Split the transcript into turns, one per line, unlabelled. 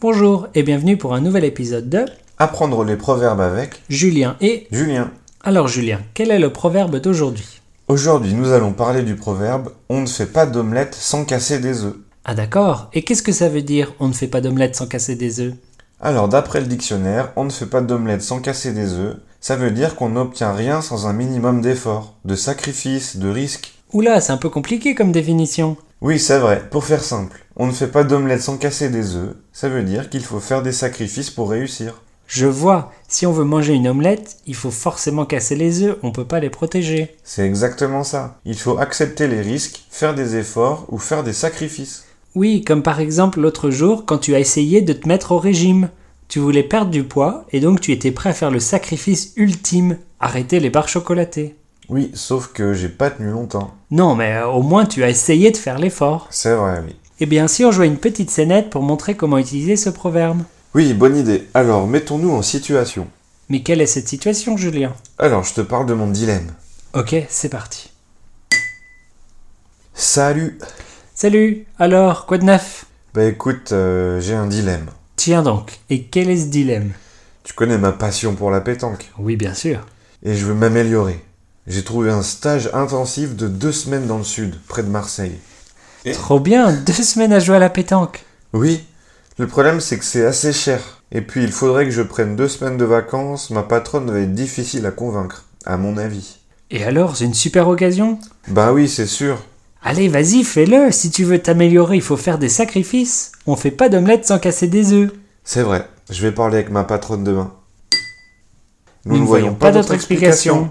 Bonjour et bienvenue pour un nouvel épisode de
Apprendre les proverbes avec
Julien et...
Julien.
Alors Julien, quel est le proverbe d'aujourd'hui
Aujourd'hui, nous allons parler du proverbe On ne fait pas d'omelette sans casser des œufs.
Ah d'accord, et qu'est-ce que ça veut dire on ne fait pas d'omelette sans casser des œufs
Alors, d'après le dictionnaire, on ne fait pas d'omelette sans casser des œufs, ça veut dire qu'on n'obtient rien sans un minimum d'effort, de sacrifice, de risque.
Oula, c'est un peu compliqué comme définition.
Oui, c'est vrai, pour faire simple, on ne fait pas d'omelette sans casser des œufs, ça veut dire qu'il faut faire des sacrifices pour réussir.
Je vois, si on veut manger une omelette, il faut forcément casser les œufs, on peut pas les protéger.
C'est exactement ça. Il faut accepter les risques, faire des efforts ou faire des sacrifices.
Oui, comme par exemple l'autre jour quand tu as essayé de te mettre au régime. Tu voulais perdre du poids et donc tu étais prêt à faire le sacrifice ultime, arrêter les barres chocolatées.
Oui, sauf que j'ai pas tenu longtemps.
Non, mais euh, au moins tu as essayé de faire l'effort.
C'est vrai, oui.
Eh bien, si on jouait une petite scénette pour montrer comment utiliser ce proverbe.
Oui, bonne idée. Alors, mettons-nous en situation.
Mais quelle est cette situation, Julien
Alors, je te parle de mon dilemme.
Ok, c'est parti.
Salut
Salut, alors, quoi de neuf
Bah écoute, euh, j'ai un dilemme.
Tiens donc, et quel est ce dilemme
Tu connais ma passion pour la pétanque.
Oui, bien sûr.
Et je veux m'améliorer. J'ai trouvé un stage intensif de deux semaines dans le sud, près de Marseille. Et-
Trop bien, deux semaines à jouer à la pétanque.
Oui, le problème c'est que c'est assez cher. Et puis il faudrait que je prenne deux semaines de vacances, ma patronne va être difficile à convaincre, à mon avis.
Et alors, c'est une super occasion
Bah oui, c'est sûr.
Allez, vas-y, fais-le. Si tu veux t'améliorer, il faut faire des sacrifices. On fait pas d'omelette sans casser des œufs.
C'est vrai, je vais parler avec ma patronne demain.
Nous ne voyons pas d'autre explication.